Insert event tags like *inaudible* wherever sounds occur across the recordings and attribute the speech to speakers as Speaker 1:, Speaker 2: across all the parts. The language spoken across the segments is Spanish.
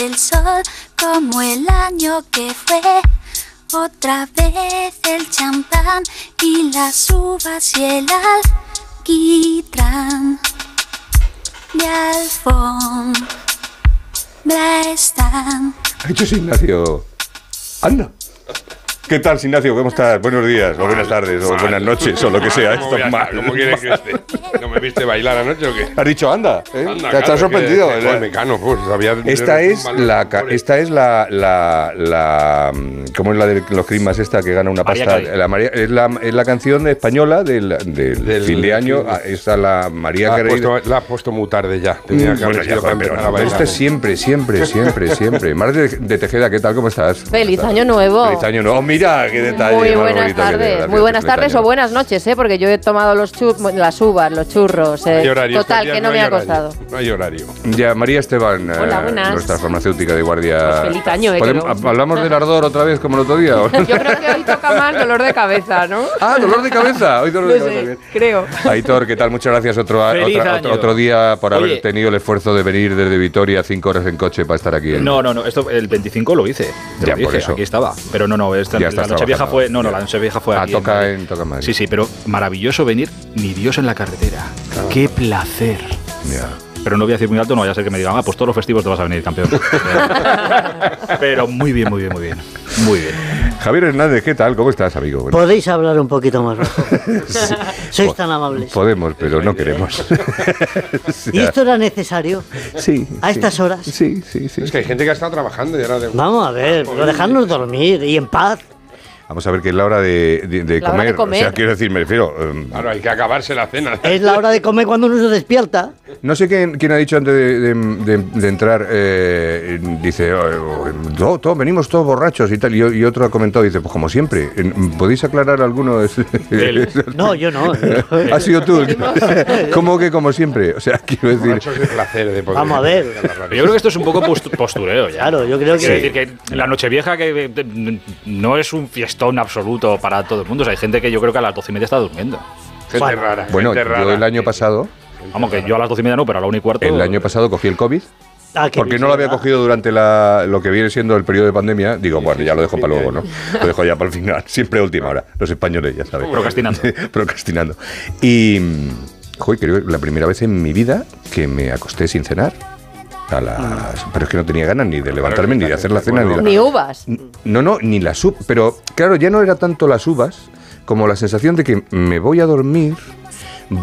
Speaker 1: el sol, como el año que fue. Otra vez el champán y las uvas y el alquitrán de alfombra están.
Speaker 2: Ha hecho Ignacio. Anda. ¿Qué tal, Ignacio? ¿Cómo estás? Buenos días, o buenas tardes, o buenas noches, o lo que sea.
Speaker 3: Ah, ¿Cómo,
Speaker 2: Estás
Speaker 3: voy a-
Speaker 2: mal.
Speaker 3: ¿Cómo quieres que esté? ¿No me viste bailar anoche o qué?
Speaker 2: Has dicho anda. ¿eh?
Speaker 3: Anda,
Speaker 2: Te
Speaker 3: claro,
Speaker 2: has sorprendido. ¿eh?
Speaker 3: que- que fue Mecano, pues, sabía-
Speaker 2: Esta
Speaker 3: era un
Speaker 2: es
Speaker 3: balón
Speaker 2: la
Speaker 3: de
Speaker 2: ca-
Speaker 3: colores.
Speaker 2: esta es la, la, la mm, ¿cómo es la de los crismas esta que gana una
Speaker 4: María
Speaker 2: pasta?
Speaker 4: Carey.
Speaker 2: La María- es, la, es la canción española del, del
Speaker 3: Del-
Speaker 2: fin de Ah, pues año.
Speaker 3: del-
Speaker 2: Ah, Esta la María
Speaker 3: la has,
Speaker 2: Carey.
Speaker 3: puesto, la has puesto muy tarde ya. Tenía que
Speaker 2: Mm,
Speaker 3: haber
Speaker 2: bueno, ya,
Speaker 3: sido
Speaker 2: joder,
Speaker 3: para
Speaker 2: pero
Speaker 3: empezar
Speaker 2: no, Este
Speaker 3: a bailar.
Speaker 2: esto es siempre, siempre, siempre, siempre. Mar de, de Tejeda, ¿qué tal? ¿Cómo estás?
Speaker 5: Feliz
Speaker 2: ¿Cómo
Speaker 5: año
Speaker 2: estás?
Speaker 5: nuevo.
Speaker 2: Feliz año nuevo. Mira, qué detalle.
Speaker 5: Oh. Muy
Speaker 2: más
Speaker 5: buenas
Speaker 2: bonito que de
Speaker 5: tardes,
Speaker 2: verdad,
Speaker 5: muy buenas
Speaker 2: feliz
Speaker 5: tardes
Speaker 2: año.
Speaker 5: o buenas noches, ¿eh? porque yo he tomado los chu- las uvas, los churros. eh.
Speaker 3: No hay horario, estos
Speaker 5: Total,
Speaker 3: días
Speaker 5: que no, me
Speaker 3: hay
Speaker 5: ha
Speaker 3: horario,
Speaker 5: costado.
Speaker 3: No hay horario.
Speaker 2: Ya, María Esteban, eh,
Speaker 5: Hola, buenas.
Speaker 2: nuestra farmacéutica de guardia.
Speaker 5: Pues feliz año, eh,
Speaker 2: ¿Podemos-
Speaker 5: creo.
Speaker 2: ¿Hablamos del ardor otra vez como el otro día? ¿o no?
Speaker 5: *laughs* Yo creo que hoy toca más dolor de cabeza, ¿no?
Speaker 2: ah, dolor de cabeza. Hoy dolor
Speaker 5: No
Speaker 2: de cabeza.
Speaker 5: sé,
Speaker 2: bien.
Speaker 5: creo.
Speaker 2: Aitor, ¿qué tal? Muchas gracias otro, a-
Speaker 4: Feliz
Speaker 2: otra-
Speaker 4: año.
Speaker 2: otro, otro día por haber
Speaker 4: Oye.
Speaker 2: tenido el esfuerzo de venir desde Vitoria cinco horas en coche para estar aquí. ¿eh?
Speaker 4: No, no, no, esto el 25 lo hice. Te
Speaker 2: Ya,
Speaker 4: lo dije,
Speaker 2: por eso.
Speaker 4: aquí estaba. Pero no, no, esta,
Speaker 2: Ya
Speaker 4: la
Speaker 2: estás
Speaker 4: noche vieja
Speaker 2: trabajando.
Speaker 4: fue. No, no,
Speaker 2: Ya.
Speaker 4: la noche vieja fue
Speaker 2: Ah,
Speaker 4: pues aquí.
Speaker 2: toca
Speaker 4: Madrid.
Speaker 2: en- toca en Madrid.
Speaker 4: Sí, sí, pero maravilloso venir, ni Dios en la carretera. Qué placer.
Speaker 2: Ya.
Speaker 4: Pero no voy a decir muy alto, no vaya a ser que me digan, ah, pues todos los festivos te vas a
Speaker 2: *laughs*
Speaker 4: venir, campeón. pero muy bien, muy bien, muy bien. Muy bien.
Speaker 2: Javier Hernández, ¿qué tal? ¿Cómo estás, amigo? Bueno,
Speaker 6: Podéis hablar un poquito
Speaker 2: *laughs*
Speaker 6: más bajo. Sois
Speaker 2: po-
Speaker 6: tan amables.
Speaker 2: Podemos, pero no queremos. O sea,
Speaker 6: ¿Y esto era necesario?
Speaker 2: *laughs* sí.
Speaker 6: a estas horas?
Speaker 2: Sí, sí, sí.
Speaker 3: Es que hay gente que ha estado trabajando y ahora de...
Speaker 6: Vamos a ver, pero dejadnos dormir y en paz.
Speaker 2: Vamos a ver que es la hora de, de- de
Speaker 5: La hora de
Speaker 2: comer. O sea,
Speaker 5: comer.
Speaker 2: quiero decir, me refiero. em,
Speaker 3: Claro, hay que acabarse la cena.
Speaker 6: Es la hora de comer cuando uno se despierta.
Speaker 2: No sé quién, quién ha dicho antes de, de- de- de entrar, eh, dice, "Oh, eh, no, todos venimos todos borrachos y tal, y, y otro ha comentado, dice, pues como siempre, eh, ¿podéis aclarar alguno? *laughs*
Speaker 4: Él.
Speaker 6: No, yo no.
Speaker 2: ha sido tú. *laughs* ¿Cómo que como siempre? O sea, quiero decir,
Speaker 3: Borrachos de placer de poder-
Speaker 6: Vamos a ver.
Speaker 4: Yo creo que esto es un poco post- postureo ya.
Speaker 6: Claro, yo creo
Speaker 4: Quiero
Speaker 6: que.
Speaker 4: decir que la Nochevieja que eh, eh, no es un fiestón absoluto para todo el mundo. O sea, hay gente que yo creo que a las doce y media está durmiendo.
Speaker 3: Gente
Speaker 6: Bueno.
Speaker 3: rara.
Speaker 2: bueno,
Speaker 3: gente
Speaker 2: yo
Speaker 3: rara. Oh.
Speaker 2: el año pasado,
Speaker 4: Vamos, que yo a las doce y media no, pero a la una y cuarto.
Speaker 2: el año pasado cogí el COVID.
Speaker 6: Ah, qué
Speaker 2: Porque
Speaker 6: bien,
Speaker 2: no lo había
Speaker 6: ¿verdad?
Speaker 2: cogido durante la- lo que viene siendo el periodo de pandemia. Digo, bueno, ya lo dejo para luego, ¿no? Lo dejo ya para el final. *laughs* Siempre a última hora. Los españoles, ya sabes. *laughs*
Speaker 4: Procrastinando.
Speaker 2: Procrastinando. Y, mm, joder, creo que la primera vez en mi vida que me acosté sin cenar. A las, pero es que no tenía ganas ni de levantarme, ni de hacer la cena, ni la-
Speaker 5: Ni uvas.
Speaker 2: no, no, ni las uvas. Pero claro, ya no era tanto las uvas como la sensación de que me voy a dormir,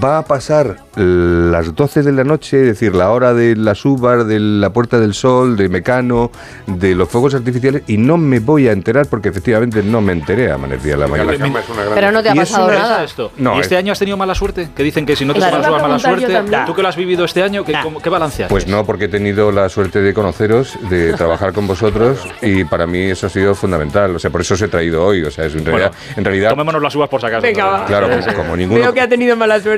Speaker 2: va a pasar las 12 de la noche, es decir, la hora de las uvas, de la Puerta del Sol, de Mecano, de los fuegos artificiales, y no me voy a enterar porque efectivamente no me enteré, amanecía la
Speaker 3: La
Speaker 2: mañana.
Speaker 3: cama es una gran...
Speaker 5: Pero no te ha
Speaker 2: Y es
Speaker 5: pasado
Speaker 2: una-
Speaker 5: nada.
Speaker 4: esto?
Speaker 2: No, eh.
Speaker 4: ¿Y este
Speaker 2: es-
Speaker 4: año has tenido mala suerte? Que dicen que si no te
Speaker 5: Claro,
Speaker 4: tomas
Speaker 5: te iba a
Speaker 4: mala
Speaker 5: preguntar yo
Speaker 4: suerte,
Speaker 5: también.
Speaker 4: tú que lo has vivido este año, ¿qué, cómo- qué balance haces?
Speaker 2: Pues no, porque he tenido la suerte de conoceros, de trabajar con vosotros, y para mí eso ha sido fundamental. O sea, por eso os he traído hoy. O sea, es en
Speaker 4: Bueno,
Speaker 2: realidad. en realidad
Speaker 4: Tomémonos las uvas por si acaso.
Speaker 7: Venga, va.
Speaker 2: claro, como, como ninguno.
Speaker 7: Veo que ha tenido mala suerte.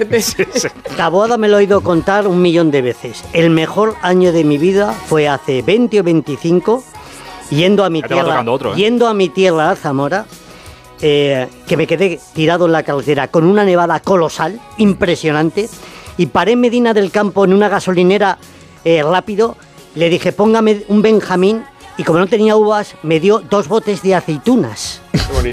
Speaker 6: Taboada me lo he oído contar un millón de veces. El mejor año de mi vida fue hace 20 o 25, yendo a mi
Speaker 4: Ya te va
Speaker 6: tierra,
Speaker 4: tocando otro, ¿eh?
Speaker 6: yendo a mi tierra a Zamora, eh, que me quedé tirado en la carretera con una nevada colosal, impresionante, y paré en Medina del Campo en una gasolinera eh, rápido, le dije, póngame un Benjamín, y como no tenía uvas, me dio dos botes de aceitunas.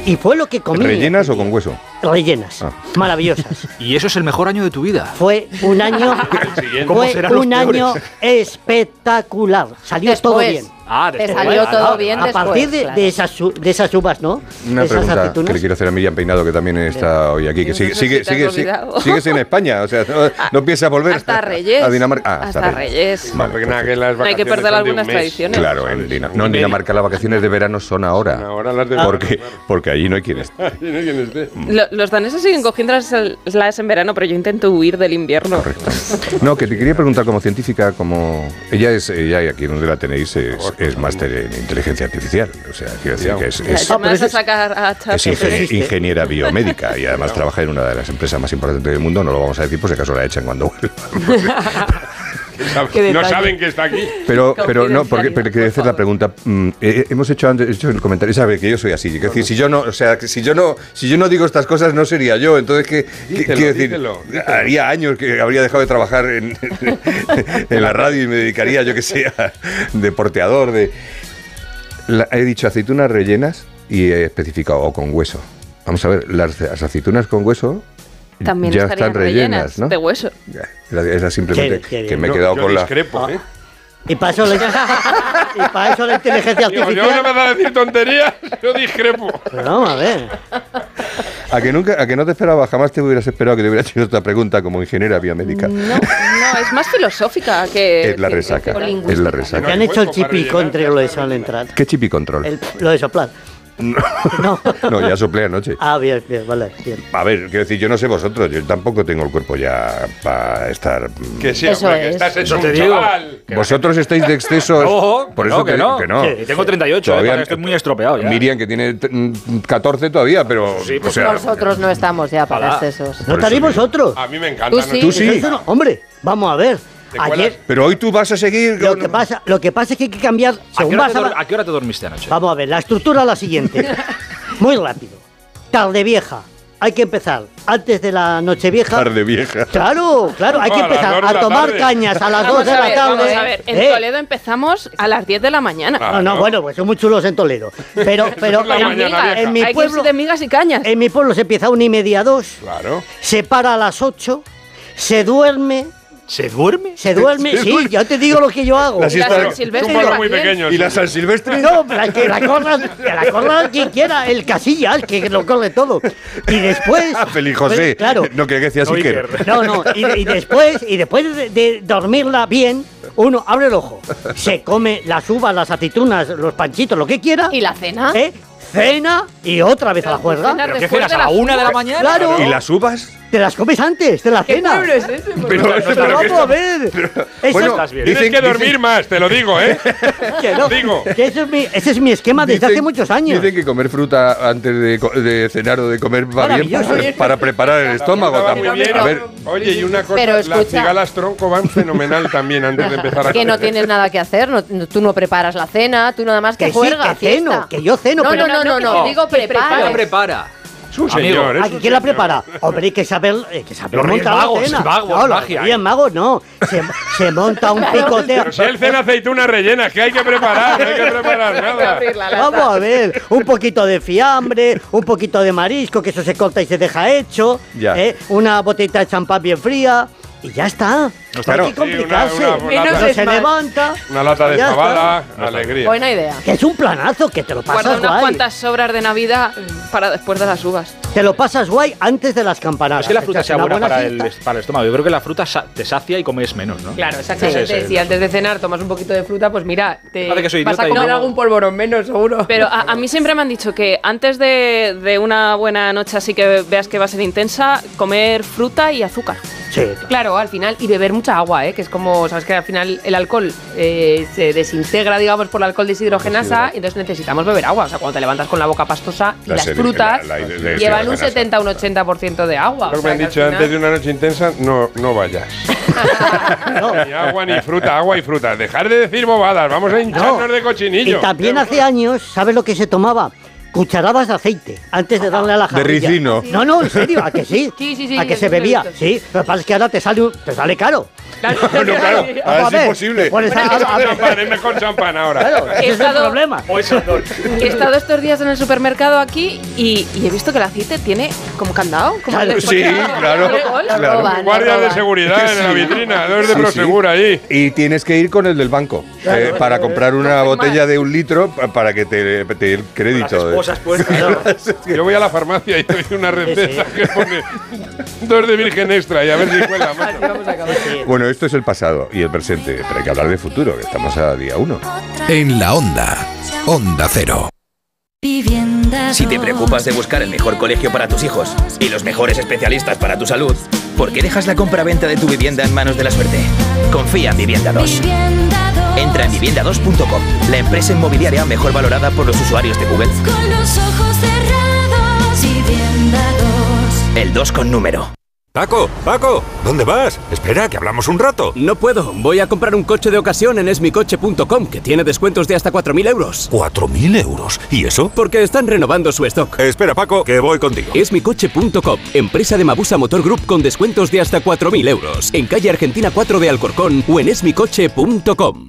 Speaker 6: Y fue lo que comí.
Speaker 2: ¿Rellenas o con hueso?
Speaker 6: Rellenas.
Speaker 2: Ah.
Speaker 6: Maravillosas.
Speaker 4: Y eso es el mejor año de tu vida.
Speaker 6: Fue un año,
Speaker 4: siguiente. ¿Cómo
Speaker 6: fue
Speaker 4: serán los
Speaker 6: un
Speaker 4: peores?
Speaker 6: año espectacular. Salió todo
Speaker 5: Después.
Speaker 6: bien.
Speaker 4: Ah,
Speaker 5: Te
Speaker 4: después,
Speaker 5: salió
Speaker 4: claro.
Speaker 5: todo bien
Speaker 6: a
Speaker 5: después,
Speaker 6: partir de,
Speaker 5: claro.
Speaker 6: de esas, u- de esas uvas, ¿no?
Speaker 2: Una
Speaker 6: de esas
Speaker 2: pregunta que
Speaker 6: aceitunas.
Speaker 2: le quiero hacer a Miriam Peinado, que también está hoy aquí, que
Speaker 7: No
Speaker 2: sigue,
Speaker 7: sé si
Speaker 2: sigue,
Speaker 7: te has
Speaker 2: sigue, sigue-
Speaker 7: olvidado. Ah,
Speaker 2: sigues en España, o sea, no, no piensas volver
Speaker 7: Hasta Reyes.
Speaker 2: a Dinamarca. Ah,
Speaker 7: hasta, Reyes.
Speaker 3: Más que nada que las
Speaker 7: No hay que
Speaker 3: vacaciones
Speaker 7: perder
Speaker 3: son de
Speaker 7: algunas
Speaker 3: un mes.
Speaker 7: tradiciones.
Speaker 2: Claro, en Dina- no, en
Speaker 3: Medio.
Speaker 2: Dinamarca las vacaciones de verano son ahora.
Speaker 3: Ahora las de-
Speaker 2: porque,
Speaker 3: *laughs* claro, claro.
Speaker 2: porque allí no hay quienes.
Speaker 3: Yo no sé quién esté.
Speaker 7: Lo- los daneses siguen cogiendo las, las en verano, pero yo intento huir del invierno.
Speaker 2: Correcto. No, que te quería preguntar como científica, como ella es, ella y aquí donde la tenéis es, es máster en inteligencia artificial, o sea, quiero decir que es,
Speaker 7: O sea,
Speaker 2: es-
Speaker 7: ya me
Speaker 6: pero
Speaker 7: vas
Speaker 6: eso
Speaker 7: a
Speaker 6: es-
Speaker 7: sacar a
Speaker 2: Es
Speaker 6: Eso
Speaker 2: inge-
Speaker 6: existe.
Speaker 2: ingeniera biomédica y además trabaja en una de las empresas más importantes del mundo. No lo vamos a decir por si acaso la echan cuando vuelva.
Speaker 7: Qué
Speaker 3: no
Speaker 7: detalle.
Speaker 3: saben que está aquí.
Speaker 7: *laughs*
Speaker 2: Pero, pero no, porque,
Speaker 7: Confidencialidad,
Speaker 2: porque quería hacer la
Speaker 7: por favor.
Speaker 2: pregunta. mm, eh, hemos hecho antes hecho el comentario. Sabe que yo soy así. Quiero decir, si yo no, o sea, que si yo no, si yo no digo estas cosas, no sería yo. Entonces, ¿qué, qué-
Speaker 3: Dícelo,
Speaker 2: quiero decir?
Speaker 3: dícelo, dícelo.
Speaker 2: Haría años que habría dejado de trabajar en, *laughs* en la radio y me dedicaría, yo que sé, a deporteador de. La- he dicho aceitunas rellenas y he especificado o con hueso. Vamos a ver, las, las aceitunas con hueso
Speaker 7: También
Speaker 2: ya
Speaker 7: estarían
Speaker 2: están rellenas, ¿no?
Speaker 7: de hueso.
Speaker 2: Era- Era simplemente
Speaker 6: Qué- qué bien.
Speaker 2: que me he
Speaker 3: No,
Speaker 2: quedado
Speaker 3: yo
Speaker 2: con la.
Speaker 3: discrepo,
Speaker 5: Ah.
Speaker 3: ¿eh?
Speaker 6: Y
Speaker 2: *laughs*
Speaker 6: para eso la, y para eso la inteligencia
Speaker 3: Digo, yo no me
Speaker 6: artificial.
Speaker 3: vas a decir tonterías, *laughs* yo discrepo.
Speaker 6: Pero vamos a ver.
Speaker 2: A que nunca, a que no te esperaba, jamás te hubieras esperado que te hubiera *laughs* hecho esta pregunta como ingeniera biomédica.
Speaker 7: No, no, es más filosófica que.
Speaker 2: Es la
Speaker 7: que-
Speaker 2: resaca.
Speaker 7: que- que-
Speaker 2: Es la resaca.
Speaker 6: Que han
Speaker 3: hay
Speaker 6: hecho el
Speaker 3: hueco para
Speaker 6: chip y
Speaker 3: rellenar,
Speaker 6: contra y lo de sal entrar.
Speaker 2: ¿Qué chip y control?
Speaker 6: El- lo de soplar. *laughs* No.
Speaker 2: No, ya soplé anoche.
Speaker 6: Ah, bien, bien, vale, bien.
Speaker 2: A ver, quiero decir, yo no sé vosotros, yo tampoco tengo el cuerpo ya para estar. mm,
Speaker 3: Que sí,
Speaker 5: Eso
Speaker 3: hombre, que
Speaker 5: es.
Speaker 3: estás hecho
Speaker 4: Eso te
Speaker 3: un
Speaker 4: digo.
Speaker 3: chaval.
Speaker 2: Vosotros estáis de exceso.
Speaker 4: Ojo,
Speaker 2: por
Speaker 4: que
Speaker 2: eso
Speaker 4: no,
Speaker 2: te
Speaker 4: que
Speaker 2: digo
Speaker 4: no.
Speaker 2: que no.
Speaker 6: Sí,
Speaker 4: Tengo 38,
Speaker 2: Todavía-
Speaker 4: eh, estoy muy estropeado ya.
Speaker 2: Miriam, que tiene mm, 14 todavía, pero.
Speaker 4: Sí,
Speaker 2: o
Speaker 4: pues
Speaker 2: sea,
Speaker 5: Nosotros no estamos ya para
Speaker 4: Ojalá.
Speaker 5: excesos.
Speaker 6: ¿No
Speaker 2: Por
Speaker 6: estaréis
Speaker 2: eso digo.
Speaker 6: vosotros?
Speaker 3: A mí me encanta.
Speaker 5: Tú
Speaker 3: ¿no?
Speaker 5: sí.
Speaker 2: Tú sí.
Speaker 6: Eso no- hombre, vamos a ver.
Speaker 3: ¿Te cuelas?
Speaker 6: Ayer,
Speaker 2: Pero hoy tú vas a seguir.
Speaker 6: lo
Speaker 2: con-
Speaker 6: que, pasa, lo que pasa es que hay que cambiar.
Speaker 4: ¿A qué,
Speaker 6: Según
Speaker 4: hora
Speaker 6: vas
Speaker 4: te dor-
Speaker 6: a,
Speaker 4: a qué hora te dormiste anoche?
Speaker 6: Vamos a ver, la estructura es
Speaker 7: *laughs*
Speaker 6: la siguiente. Muy rápido. Tarde vieja. Hay que empezar antes de la noche vieja.
Speaker 2: Tarde vieja.
Speaker 6: Claro, claro, hay que
Speaker 3: A las
Speaker 6: empezar
Speaker 3: dos de
Speaker 6: a
Speaker 3: la
Speaker 6: tomar
Speaker 3: tarde.
Speaker 6: cañas a las 2
Speaker 7: Vamos
Speaker 6: de
Speaker 7: a
Speaker 6: la
Speaker 7: ver, vamos
Speaker 6: tarde.
Speaker 7: a ver. En
Speaker 6: ¿eh?
Speaker 7: Toledo empezamos a las 10 de la mañana.
Speaker 3: Ah,
Speaker 6: No, no,
Speaker 3: ¿no?
Speaker 6: bueno, pues son muy chulos en Toledo. Pero, pero
Speaker 3: es la
Speaker 7: Las
Speaker 6: en, mi-
Speaker 3: mañana
Speaker 7: migas,
Speaker 3: vieja.
Speaker 6: en mi
Speaker 7: hay que
Speaker 6: pueblo,
Speaker 7: ir de migas y cañas.
Speaker 6: en mi pueblo se empieza a una y media a dos,
Speaker 3: Claro.
Speaker 6: se para a las 8, se duerme,
Speaker 4: ¿Se duerme?
Speaker 3: *laughs*
Speaker 6: se duerme,
Speaker 2: Se
Speaker 6: sí,
Speaker 2: duerme.
Speaker 6: yo te digo lo que yo hago.
Speaker 2: La siesta-
Speaker 7: Las silvestres
Speaker 3: Es un palo muy
Speaker 7: también.
Speaker 3: pequeño.
Speaker 2: ¿Y la
Speaker 3: sí.
Speaker 2: San Silvestre?
Speaker 6: *laughs* No, pero que la corra, que la corra quien quiera, el Casillas, que lo corre todo. Y después.
Speaker 2: Ah, Feliz José.
Speaker 6: pues, claro.
Speaker 2: No quería que decías
Speaker 4: No,
Speaker 2: Iker.
Speaker 4: Iker.
Speaker 6: No, no, y, y después, y después de, de dormirla bien, uno abre el ojo, se come las uvas, las aceitunas, los panchitos, lo que quiera,
Speaker 7: ¿Y la cena?
Speaker 6: ¿eh? cena y otra vez a la
Speaker 7: Cena
Speaker 6: juerga.
Speaker 4: ¿Pero qué
Speaker 7: después
Speaker 4: cenas? ¿A la
Speaker 7: las
Speaker 4: una de la
Speaker 7: uvas.
Speaker 4: mañana?
Speaker 6: Claro,
Speaker 2: ¿Y las uvas?
Speaker 6: te las comes antes de la
Speaker 7: ¿Qué
Speaker 6: cena.
Speaker 7: pueblo es ese? por
Speaker 2: Pero-
Speaker 7: favor?
Speaker 6: Pero
Speaker 2: pero que
Speaker 6: vamos a
Speaker 2: esto-
Speaker 6: ver. Eso
Speaker 2: bueno,
Speaker 4: estás bien.
Speaker 3: Tienes
Speaker 2: dicen-
Speaker 3: que dormir
Speaker 2: dicen-
Speaker 3: más, te lo digo, ¿eh?
Speaker 6: que
Speaker 2: *laughs*
Speaker 6: no,
Speaker 3: digo.
Speaker 6: que eso es mi- ese es mi esquema desde
Speaker 2: Dicen-
Speaker 6: hace muchos años.
Speaker 2: Dicen que comer fruta antes de, co- de cenar o de comer va bien
Speaker 6: Maravilloso.
Speaker 2: para, para preparar el estómago
Speaker 3: Estaba muy
Speaker 2: también.
Speaker 3: bien.
Speaker 2: A ver,
Speaker 3: Oye, y una cosa,
Speaker 5: Pero escucha-
Speaker 3: las cigalas tronco van fenomenal también antes de empezar a
Speaker 5: que no
Speaker 3: comer, ¿eh?
Speaker 5: tienes nada que hacer, no- no- tú no preparas la cena, tú nada más que,
Speaker 6: Que sí,
Speaker 5: juegas.
Speaker 6: que ceno,
Speaker 5: fiesta.
Speaker 6: que yo ceno,
Speaker 5: no,
Speaker 6: pero-
Speaker 5: no, no, no, no,
Speaker 7: No,
Speaker 5: digo
Speaker 7: que
Speaker 8: Ah,
Speaker 5: prepara.
Speaker 7: prepara.
Speaker 4: prepara.
Speaker 3: Es un
Speaker 4: Amigo,
Speaker 2: eh.
Speaker 3: señor, es
Speaker 6: Aquí,
Speaker 3: un
Speaker 6: ¿quién la
Speaker 3: señor.
Speaker 6: prepara? Hombre, hay que saber, hay que saber
Speaker 4: Los Reyes
Speaker 6: montar
Speaker 4: Magos,
Speaker 6: la cena.
Speaker 4: magos,
Speaker 6: no, los
Speaker 4: magia.
Speaker 6: Reyes magos no. Se, se monta un picoteo.
Speaker 3: Pero si él cena aceitunas rellenas, que hay que preparar, no hay que
Speaker 5: *laughs*
Speaker 3: preparar nada.
Speaker 6: Vamos a ver, un poquito de fiambre, un poquito de marisco, que eso se corta y se deja hecho,
Speaker 2: Ya.
Speaker 6: ¿eh? una botellita de champán bien fría y ya está. No
Speaker 2: claro.
Speaker 6: hay
Speaker 2: Sí,
Speaker 6: que complicarse.
Speaker 3: una- una-
Speaker 6: Uno
Speaker 7: Menos es
Speaker 6: se
Speaker 7: más.
Speaker 6: levanta.
Speaker 3: Una lata de
Speaker 6: ya está.
Speaker 3: fabada,
Speaker 2: Pues
Speaker 3: alegría.
Speaker 5: Buena idea.
Speaker 6: Que es un planazo, que te lo
Speaker 7: Guarda
Speaker 6: pasas
Speaker 7: unas
Speaker 6: guay.
Speaker 7: cuantas sobras de Navidad para después de las uvas.
Speaker 6: Te lo pasas guay antes de las campanadas.
Speaker 4: Es que la fruta
Speaker 6: Echas
Speaker 4: sea
Speaker 6: una
Speaker 4: buena para el,
Speaker 6: siesta.
Speaker 4: para el estómago. Yo creo que la fruta sa- te sacia y comes menos, ¿no?
Speaker 9: Claro, exactamente.
Speaker 4: Ese es el-
Speaker 9: si antes de cenar tomas un poquito de fruta, pues mira, te
Speaker 4: Parece que soy
Speaker 9: vas a
Speaker 4: idiota y
Speaker 9: comer
Speaker 4: no-
Speaker 9: algún polvorón menos, seguro.
Speaker 7: Pero a, a mí siempre me han dicho que antes de, de una buena noche así que veas que va a ser intensa, comer fruta y azúcar.
Speaker 6: Sí,
Speaker 9: Claro, al final, y beber mucha agua, ¿eh? que es como, sabes que al final el alcohol eh, se desintegra, digamos, por el alcohol deshidrogenasa, y entonces necesitamos beber agua. O sea, cuando te levantas con la boca pastosa, y
Speaker 2: La
Speaker 9: las
Speaker 2: seri-
Speaker 9: frutas
Speaker 2: la- la- la
Speaker 9: llevan un
Speaker 2: deshidrogenasa.
Speaker 9: 70 un 80% de agua.
Speaker 3: Lo
Speaker 9: O
Speaker 3: que me
Speaker 9: sea,
Speaker 3: han
Speaker 9: que al
Speaker 3: dicho antes
Speaker 9: final-
Speaker 3: de una noche intensa, no, no vayas.
Speaker 6: no.
Speaker 3: Ni agua ni fruta, agua y fruta. Dejar de decir bobadas, vamos a hincharnos de cochinillo.
Speaker 6: Y también
Speaker 3: *laughs*
Speaker 6: hace años, ¿sabes lo que se tomaba? Cucharadas de aceite antes de darle a la jarrilla.
Speaker 2: ricino.
Speaker 6: No, no, en serio, a que sí.
Speaker 9: Sí, sí, sí,
Speaker 6: A que
Speaker 9: eso
Speaker 6: se
Speaker 9: lo he
Speaker 6: bebía.
Speaker 9: visto.
Speaker 6: Sí, lo que pasa es que ahora te sale, un- te sale caro.
Speaker 9: *laughs*
Speaker 4: *laughs*
Speaker 9: Claro,
Speaker 2: Bueno, claro,
Speaker 9: *laughs*
Speaker 6: Vamos
Speaker 2: a ver si Ah,
Speaker 6: a
Speaker 2: es
Speaker 6: ver,
Speaker 2: posible.
Speaker 6: pones a- a- a-
Speaker 3: champán, es mejor champán ahora.
Speaker 6: ¿eh? Claro, ese es el
Speaker 7: Estado-
Speaker 6: problema.
Speaker 7: He estado estos días en el supermercado aquí y, y he visto que el aceite tiene como candado. Como
Speaker 6: Claro,
Speaker 7: el de-
Speaker 2: Sí, claro.
Speaker 7: Alcohol.
Speaker 2: claro.
Speaker 5: roban.
Speaker 3: Guardias de
Speaker 5: roban.
Speaker 3: seguridad en la
Speaker 2: Sí.
Speaker 3: vitrina, dos de
Speaker 2: Sí, sí.
Speaker 3: Prosegura ahí.
Speaker 2: Y tienes que ir con el del banco eh, para comprar una botella de un litro pa- para que te, te dé el
Speaker 4: Las
Speaker 2: crédito. eh.
Speaker 4: esposas puestas.
Speaker 3: Yo voy a la farmacia y doy una receta que pone dos de virgen extra y a ver si cuela. macho.
Speaker 2: Bueno, esto es el pasado y el presente, pero hay que hablar de futuro, que estamos a día uno.
Speaker 1: Otra
Speaker 10: En la onda. Onda cero.
Speaker 1: vivienda.
Speaker 11: Si te preocupas de buscar el mejor colegio para tus hijos y los mejores especialistas para tu salud, ¿por qué dejas la compra-venta de tu vivienda en manos de la suerte? Confía en Vivienda 2.
Speaker 1: Vivienda dos,
Speaker 11: Entra en vivienda2.com, la empresa inmobiliaria mejor valorada por los usuarios de Google.
Speaker 1: Con los ojos cerrados. Vivienda 2.
Speaker 11: El 2 con número.
Speaker 12: Paco, Paco, ¿dónde vas? Espera, que hablamos un rato.
Speaker 13: No puedo, voy a comprar un coche de ocasión en esmicoche.com que tiene descuentos de hasta 4.000 euros.
Speaker 12: ¿4.000 euros? ¿Y eso?
Speaker 13: Porque están renovando su stock.
Speaker 12: Espera, Paco, que voy contigo.
Speaker 13: Esmicoche.com, empresa de Mabusa Motor Group con descuentos de hasta 4.000 euros. En calle Argentina 4 de Alcorcón o en esmicoche.com.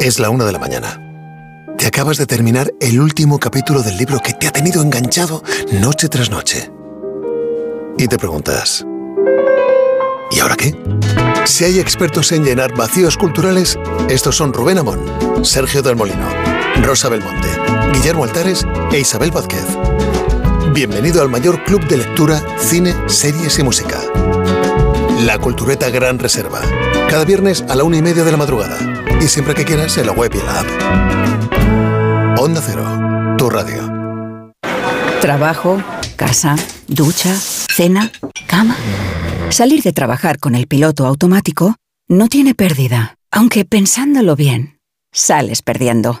Speaker 14: Es la una de la mañana. Te acabas de terminar el último capítulo del libro que te ha tenido enganchado noche tras noche. Y te preguntas, ¿y ahora qué? Si hay expertos en llenar vacíos culturales, estos son Rubén Amón, Sergio del Molino, Rosa Belmonte, Guillermo Altares e Isabel Vázquez. Bienvenido al mayor club de lectura, cine, series y música. La Cultureta Gran Reserva. Cada viernes a la una y media de la madrugada. Y siempre que quieras en la web y en la app. Onda Cero, tu radio.
Speaker 15: Trabajo, casa, ducha, cena, cama. Salir de trabajar con el piloto automático no tiene pérdida, aunque pensándolo bien, sales perdiendo.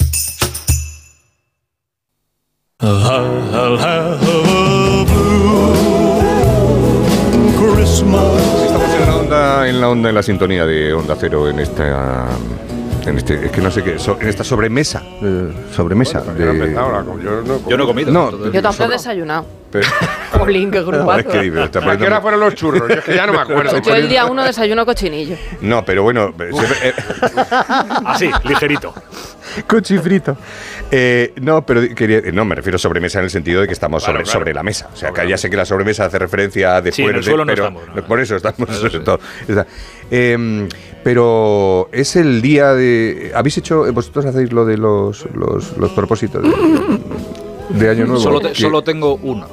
Speaker 2: Estamos en la onda, en la onda, en la sintonía de Onda Cero en esta. En este, es que no sé qué, so- en esta sobremesa. eh, sobremesa.
Speaker 3: Yo no he empezado, la com- yo no he comido.
Speaker 2: No,
Speaker 7: Yo tampoco he
Speaker 2: sobre-
Speaker 7: desayunado.
Speaker 2: pero-
Speaker 3: *laughs*
Speaker 4: *laughs*
Speaker 7: Jolín, qué
Speaker 2: No, es que digo, está
Speaker 3: ¿A qué hora
Speaker 2: poniendo-
Speaker 3: fueron los churros? *laughs* Yo es que ya no me acuerdo.
Speaker 7: Yo el día uno desayuno cochinillo.
Speaker 2: No, pero bueno. siempre- eh,
Speaker 4: Así, ligerito.
Speaker 2: Cuchifrito. *laughs* Eh, no, pero di- quería, no, me refiero a sobremesa en el sentido de que estamos sobre, sobre la mesa. O sea, que ya sé que la sobremesa hace referencia a después
Speaker 4: Sí, en
Speaker 2: de-
Speaker 4: el suelo no
Speaker 2: pero
Speaker 4: estamos,
Speaker 2: por eso estamos sobre todo. Está- eh, pero es el día de. ¿Habéis hecho. eh, vosotros hacéis lo de los, los, los propósitos de, de Año Nuevo?
Speaker 4: Solo, te-
Speaker 2: Que-
Speaker 4: solo tengo uno.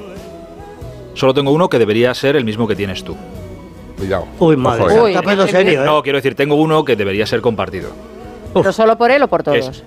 Speaker 4: Solo tengo uno que debería ser el mismo que tienes tú.
Speaker 2: Cuidado.
Speaker 6: Uy, madre,
Speaker 4: Ojo,
Speaker 6: se
Speaker 4: eh.
Speaker 6: está poniendo serio, ¿eh?
Speaker 4: No, quiero decir, tengo uno que debería ser compartido.
Speaker 5: ¿Pero solo por él o por todos?
Speaker 4: Es-